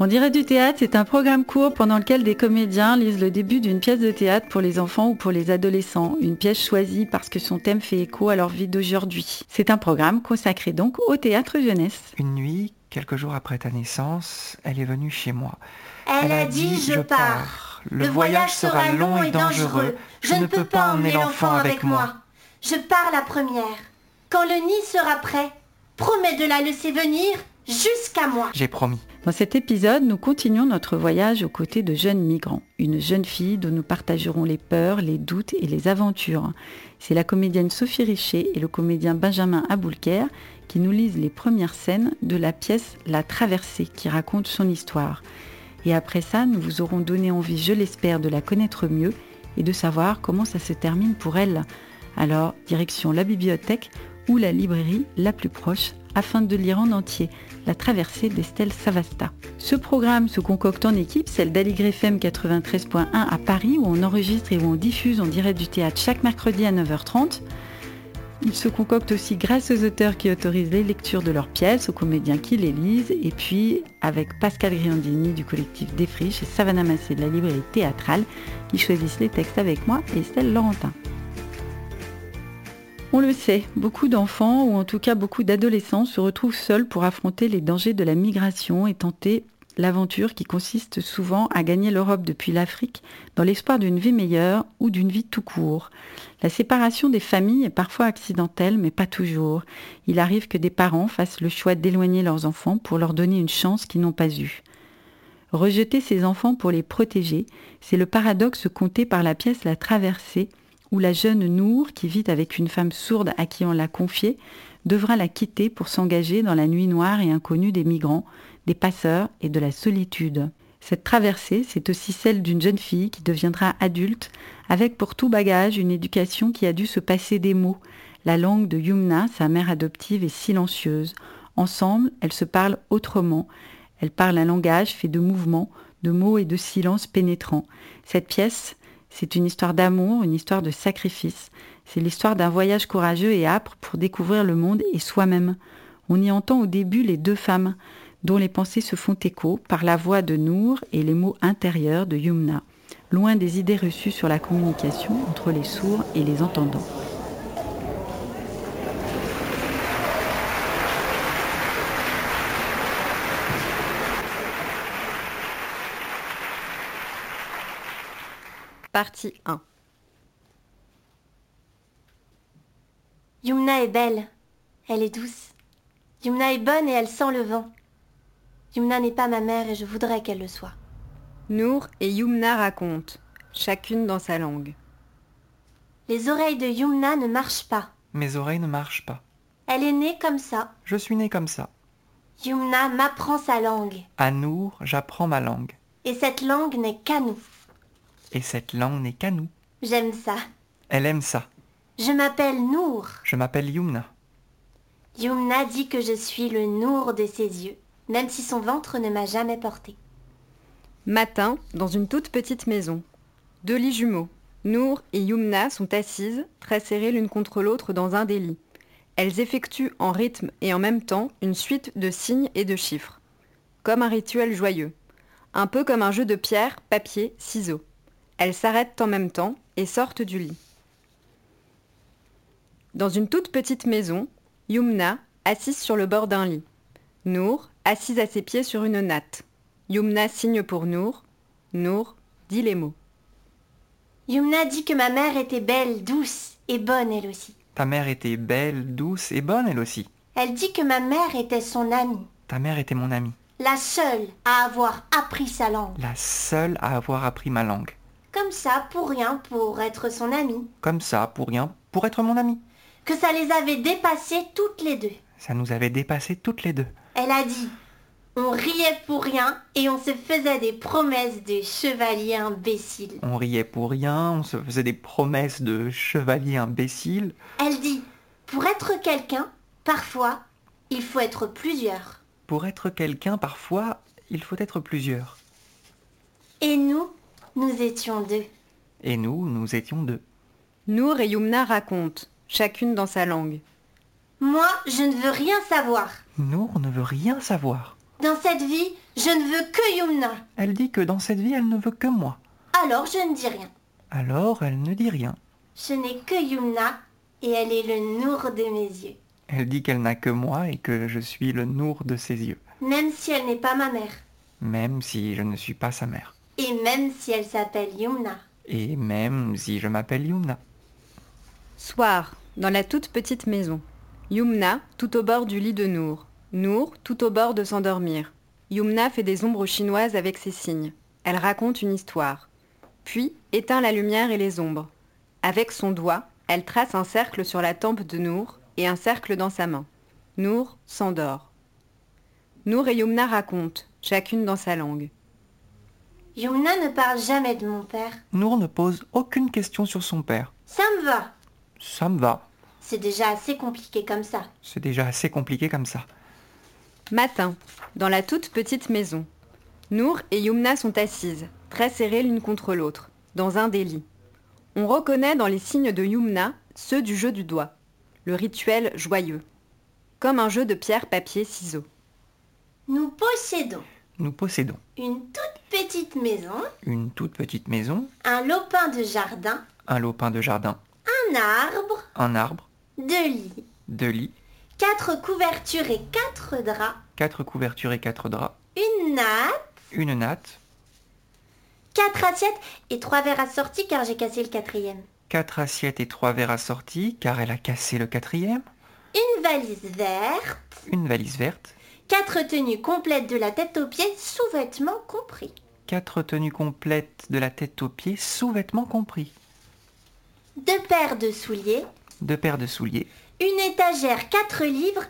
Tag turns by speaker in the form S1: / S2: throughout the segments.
S1: On dirait du théâtre, c'est un programme court pendant lequel des comédiens lisent le début d'une pièce de théâtre pour les enfants ou pour les adolescents, une pièce choisie parce que son thème fait écho à leur vie d'aujourd'hui. C'est un programme consacré donc au théâtre jeunesse.
S2: Une nuit, quelques jours après ta naissance, elle est venue chez moi.
S3: Elle a dit je pars. Le voyage sera long et dangereux. Je ne peux pas emmener l'enfant avec moi.
S4: Je pars la première. Quand le nid sera prêt, promets de la laisser venir jusqu'à moi.
S2: J'ai promis.
S1: Dans cet épisode, nous continuons notre voyage aux côtés de jeunes migrants, une jeune fille dont nous partagerons les peurs, les doutes et les aventures. C'est la comédienne Sophie Richer et le comédien Benjamin Aboulker qui nous lisent les premières scènes de la pièce La Traversée qui raconte son histoire. Et après ça, nous vous aurons donné envie, je l'espère, de la connaître mieux et de savoir comment ça se termine pour elle. Alors, direction la bibliothèque ou la librairie la plus proche afin de lire en entier La traversée d'Estelle Savasta. Ce programme se concocte en équipe, celle d'Aligrefm 93.1 à Paris où on enregistre et où on diffuse en direct du théâtre chaque mercredi à 9h30. Il se concocte aussi grâce aux auteurs qui autorisent les lectures de leurs pièces, aux comédiens qui les lisent, et puis avec Pascal Griandini du collectif Défriche et Savannah Massé de la librairie théâtrale qui choisissent les textes avec moi et Estelle Laurentin. On le sait, beaucoup d'enfants, ou en tout cas beaucoup d'adolescents, se retrouvent seuls pour affronter les dangers de la migration et tenter l'aventure qui consiste souvent à gagner l'Europe depuis l'Afrique dans l'espoir d'une vie meilleure ou d'une vie tout court. La séparation des familles est parfois accidentelle, mais pas toujours. Il arrive que des parents fassent le choix d'éloigner leurs enfants pour leur donner une chance qu'ils n'ont pas eue. Rejeter ces enfants pour les protéger, c'est le paradoxe compté par la pièce La Traversée, où la jeune Nour, qui vit avec une femme sourde à qui on l'a confiée, devra la quitter pour s'engager dans la nuit noire et inconnue des migrants, des passeurs et de la solitude. Cette traversée, c'est aussi celle d'une jeune fille qui deviendra adulte, avec pour tout bagage une éducation qui a dû se passer des mots. La langue de Yumna, sa mère adoptive, est silencieuse. Ensemble, elles se parlent autrement. Elles parlent un langage fait de mouvements, de mots et de silences pénétrants. Cette pièce, c'est une histoire d'amour, une histoire de sacrifice. C'est l'histoire d'un voyage courageux et âpre pour découvrir le monde et soi-même. On y entend au début les deux femmes, dont les pensées se font écho par la voix de Nour et les mots intérieurs de Yumna, loin des idées reçues sur la communication entre les sourds et les entendants.
S5: Partie 1
S4: Yumna est belle, elle est douce. Yumna est bonne et elle sent le vent. Yumna n'est pas ma mère et je voudrais qu'elle le soit.
S5: Nour et Yumna racontent, chacune dans sa langue.
S4: Les oreilles de Yumna ne marchent pas.
S2: Mes oreilles ne marchent pas.
S4: Elle est née comme ça.
S2: Je suis né comme ça.
S4: Yumna m'apprend sa langue.
S2: À Nour, j'apprends ma langue.
S4: Et cette langue n'est qu'à nous.
S2: Et cette langue n'est qu'à nous.
S4: J'aime ça.
S2: Elle aime ça.
S4: Je m'appelle Nour.
S2: Je m'appelle Yumna.
S4: Yumna dit que je suis le Nour de ses yeux, même si son ventre ne m'a jamais porté.
S5: Matin, dans une toute petite maison. Deux lits jumeaux. Nour et Yumna sont assises, très serrées l'une contre l'autre dans un des lits. Elles effectuent en rythme et en même temps une suite de signes et de chiffres. Comme un rituel joyeux. Un peu comme un jeu de pierre, papier, ciseaux. Elles s'arrêtent en même temps et sortent du lit. Dans une toute petite maison, Yumna assise sur le bord d'un lit. Nour assise à ses pieds sur une natte. Yumna signe pour Nour. Nour dit les mots.
S4: Yumna dit que ma mère était belle, douce et bonne elle aussi.
S2: Ta mère était belle, douce et bonne elle aussi.
S4: Elle dit que ma mère était son amie,
S2: Ta mère était mon amie.
S4: la seule à avoir appris sa langue.
S2: La seule à avoir appris ma langue.
S4: Comme ça, pour rien, pour être son amie.
S2: Comme ça, pour rien, pour être mon amie.
S4: Que ça les avait dépassées toutes les deux.
S2: Ça nous avait dépassés toutes les deux.
S4: Elle a dit On riait pour rien et on se faisait des promesses de chevalier imbécile.
S2: On riait pour rien, on se faisait des promesses de chevalier imbécile.
S4: Elle dit Pour être quelqu'un, parfois, il faut être plusieurs.
S2: Pour être quelqu'un, parfois, il faut être plusieurs.
S4: Et nous, nous étions deux.
S2: Et nous, nous étions deux.
S5: Nour et Yumna racontent, chacune dans sa langue.
S4: Moi, je ne veux rien savoir.
S2: Nour ne veut rien savoir.
S4: Dans cette vie, je ne veux que Yumna.
S2: Elle dit que dans cette vie, elle ne veut que moi.
S4: Alors je ne dis rien.
S2: Alors elle ne dit rien.
S4: Je n'ai que Yumna et elle est le nour de mes yeux.
S2: Elle dit qu'elle n'a que moi et que je suis le nour de ses yeux,
S4: Même si elle n'est pas ma mère.
S2: même si je ne suis pas sa mère.
S4: Et même si elle s'appelle Yumna.
S2: Et même si je m'appelle Yumna.
S1: Soir, dans la toute petite maison. Yumna, tout au bord du lit de Nour. Nour, tout au bord de s'endormir. Yumna fait des ombres chinoises avec ses signes. Elle raconte une histoire. Puis éteint la lumière et les ombres. Avec son doigt, elle trace un cercle sur la tempe de Nour et un cercle dans sa main. Nour s'endort. Nour et Yumna racontent, chacune dans sa langue.
S4: Yumna ne parle jamais de mon père.
S2: Nour ne pose aucune question sur son père.
S4: Ça me va.
S2: Ça me va.
S4: C'est déjà assez compliqué comme ça.
S2: C'est déjà assez compliqué comme ça.
S1: Matin, dans la toute petite maison. Nour et Yumna sont assises, très serrées l'une contre l'autre, dans un des lits. On reconnaît dans les signes de Yumna ceux du jeu du doigt, le rituel joyeux, comme un jeu de pierre-papier-ciseaux.
S4: Nous possédons
S2: Nous possédons
S4: une toute petite maison,
S2: une toute petite maison,
S4: un lopin de jardin,
S2: un lopin de jardin,
S4: un arbre,
S2: un arbre,
S4: deux lits,
S2: deux lits,
S4: quatre couvertures et quatre draps,
S2: quatre couvertures et quatre draps,
S4: une natte,
S2: une natte,
S4: quatre assiettes et trois verres assortis car j'ai cassé le quatrième,
S2: quatre assiettes et trois verres assortis car elle a cassé le quatrième,
S4: une valise verte,
S2: une valise verte,
S4: quatre tenues complètes de la tête aux pieds, sous-vêtements compris.
S2: quatre tenues complètes de la tête aux pieds, sous-vêtements compris,
S4: deux paires de souliers,
S2: deux paires de souliers,
S4: une étagère, quatre livres,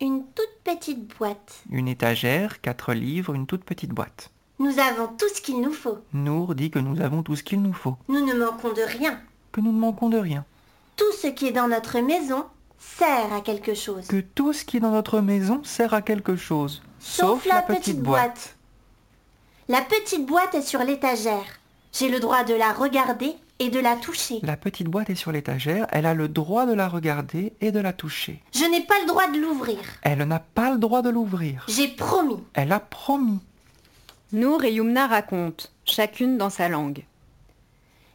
S4: une toute petite boîte.
S2: une étagère, quatre livres, une toute petite boîte.
S4: Nous avons tout ce qu'il nous faut.
S2: Nour dit que nous avons tout ce qu'il nous faut,
S4: Nous ne manquons de rien.
S2: que nous ne manquons de rien,
S4: Tout ce qui est dans notre maison sert à quelque chose.
S2: que tout ce qui est dans notre maison sert à quelque chose,
S4: Sauf la petite boîte. La petite boîte est sur l'étagère. J'ai le droit de la regarder et de la toucher.
S2: La petite boîte est sur l'étagère, elle a le droit de la regarder et de la toucher.
S4: Je n'ai pas le droit de l'ouvrir.
S2: Elle n'a pas le droit de l'ouvrir.
S4: J'ai promis.
S2: Elle a promis.
S1: Nour et Yumna racontent, chacune dans sa langue.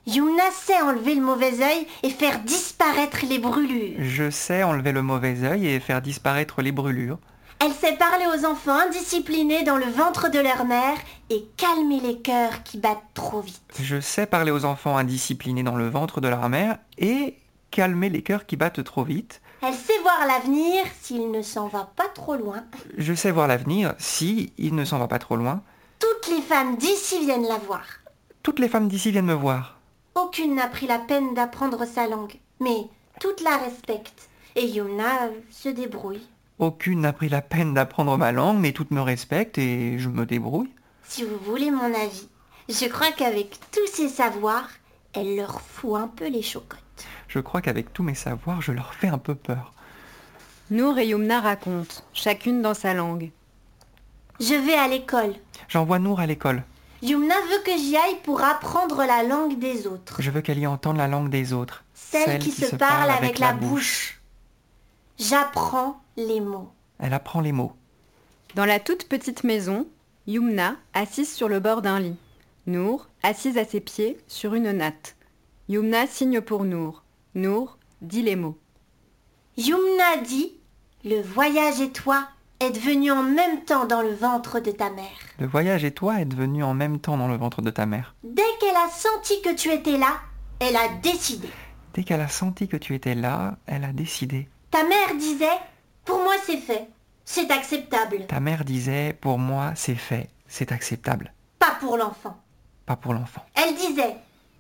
S4: Yumna sait enlever le mauvais œil et faire disparaître les brûlures.
S2: Je sais enlever le mauvais œil et faire disparaître les brûlures.
S4: Elle sait parler aux enfants indisciplinés dans le ventre de leur mère et calmer les cœurs qui battent trop vite.
S2: Je sais parler aux enfants indisciplinés dans le ventre de leur mère et calmer les cœurs qui battent trop vite.
S4: Elle sait voir l'avenir s'il ne s'en va pas trop loin.
S2: Je sais voir l'avenir si il ne s'en va pas trop loin.
S4: Toutes les femmes d'ici viennent la voir.
S2: Toutes les femmes d'ici viennent me voir.
S4: Aucune n'a pris la peine d'apprendre sa langue, mais toutes la respectent. Et Yumna euh, se débrouille.
S2: Aucune n'a pris la peine d'apprendre ma langue, mais toutes me respectent et je me débrouille.
S4: Si vous voulez mon avis, je crois qu'avec tous ses savoirs, elle leur fout un peu les chocottes.
S2: Je crois qu'avec tous mes savoirs, je leur fais un peu peur.
S1: Nour et Yumna racontent, chacune dans sa langue.
S4: Je vais à l'école.
S2: J'envoie Nour à l'école.
S4: Yumna veut que j'y aille pour apprendre la langue des autres,
S2: Je veux qu'elle y entende la langue des autres.
S4: celle, qui, se, parle, avec, la bouche. J'apprends les mots.
S2: Elle apprend les mots.
S1: Dans la toute petite maison, Yumna assise sur le bord d'un lit. Nour assise à ses pieds sur une natte. Yumna signe pour Nour. Nour dit les mots.
S4: Yumna dit Le voyage et toi êtes venus en même temps dans le ventre de ta mère.
S2: Le voyage et toi êtes venus en même temps dans le ventre de ta mère.
S4: Dès qu'elle a senti que tu étais là, elle a décidé.
S2: Dès qu'elle a senti que tu étais là, elle a décidé.
S4: Ta mère disait Pour moi, c'est fait. C'est acceptable.
S2: Ta mère disait Pour moi, c'est fait, c'est acceptable.
S4: Pas pour l'enfant.
S2: Pas pour l'enfant.
S4: Elle disait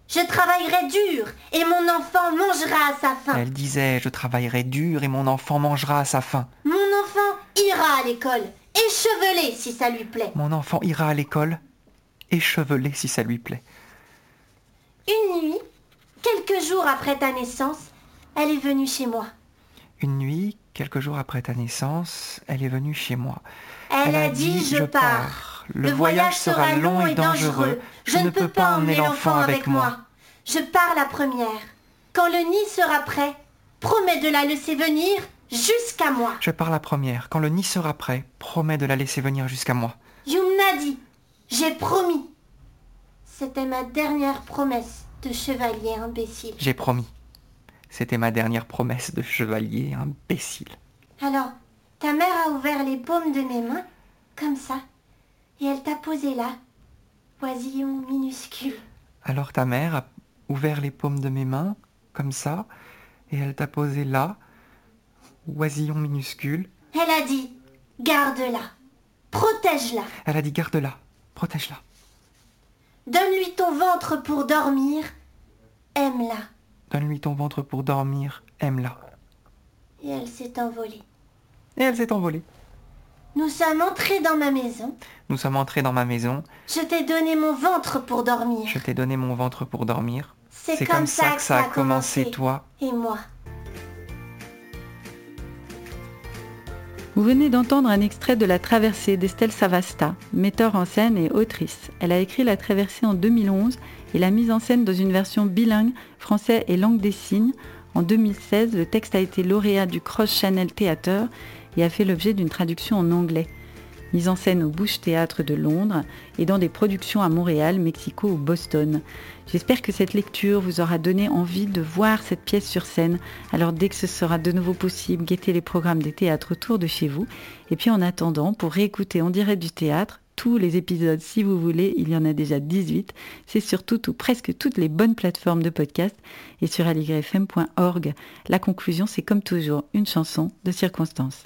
S4: Je travaillerai dur et mon enfant mangera à sa faim.
S2: Elle disait Je travaillerai dur et mon enfant mangera à sa faim.
S4: Mon enfant ira à l'école, échevelé si ça lui plaît.
S2: Mon enfant ira à l'école, échevelé si ça lui plaît.
S4: Une nuit, quelques jours après ta naissance, elle est venue chez moi.
S2: Une nuit, quelques jours après ta naissance, elle est venue chez moi.
S4: Elle, a dit Je pars.
S2: Le voyage sera long et dangereux.
S4: Je ne peux pas emmener l'enfant avec moi. Je pars la première. Quand le nid sera prêt, promets de la laisser venir jusqu'à moi.
S2: Je pars la première. Quand le nid sera prêt, promets de la laisser venir jusqu'à moi.
S4: Yumna dit, j'ai promis. C'était ma dernière promesse de chevalier imbécile.
S2: J'ai promis. C'était ma dernière promesse de chevalier imbécile.
S4: Alors, ta mère a ouvert les paumes de mes mains, comme ça, et elle t'a posé là, oisillon minuscule.
S2: Alors ta mère a ouvert les paumes de mes mains, comme ça, et elle t'a posé là, oisillon minuscule.
S4: Elle a dit, garde-la, protège-la,
S2: Elle a dit garde-la, protège-la.
S4: donne-lui ton ventre pour dormir, aime-la.
S2: Donne-lui ton ventre pour dormir, aime-la.
S4: Et elle s'est envolée.
S2: Et elle s'est envolée.
S4: Nous sommes entrés dans ma maison.
S2: Nous sommes entrés dans ma maison.
S4: Je t'ai donné mon ventre pour dormir.
S2: Je t'ai donné mon ventre pour dormir.
S4: C'est comme, ça que ça a commencé,
S2: toi.
S4: et moi.
S6: Vous venez d'entendre un extrait de La Traversée d'Estelle Savasta, metteur en scène et autrice. Elle a écrit La Traversée en 2011 et l'a mise en scène dans une version bilingue, français et langue des signes. En 2016, le texte a été lauréat du Cross Channel Theatre et a fait l'objet d'une traduction en anglais. Mise en scène au Bush Théâtre de Londres et dans des productions à Montréal, Mexico ou Boston. J'espère que cette lecture vous aura donné envie de voir cette pièce sur scène. Alors dès que ce sera de nouveau possible, guettez les programmes des théâtres autour de chez vous. Et puis en attendant, pour réécouter en direct du théâtre, tous les épisodes si vous voulez, il y en a déjà 18. C'est sur toutes ou presque toutes les bonnes plateformes de podcast et sur aligrefm.org. La conclusion, c'est comme toujours une chanson de circonstance.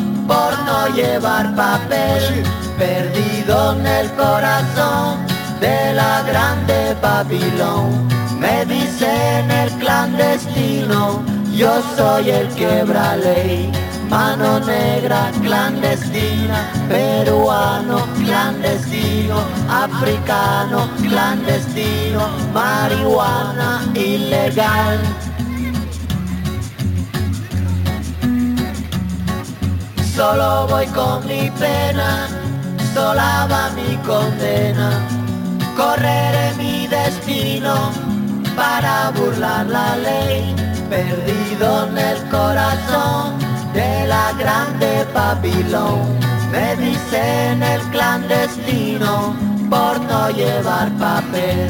S7: por no llevar papel perdido en el corazón de la grande Babilón. Me dicen el clandestino, yo soy el quebra ley. Mano negra clandestina, peruano clandestino, africano clandestino, marihuana ilegal. Solo voy con mi pena, sola va mi condena. Correré mi destino para burlar la ley, perdido en el corazón de la grande Babilón. Me dicen el clandestino por no llevar papel.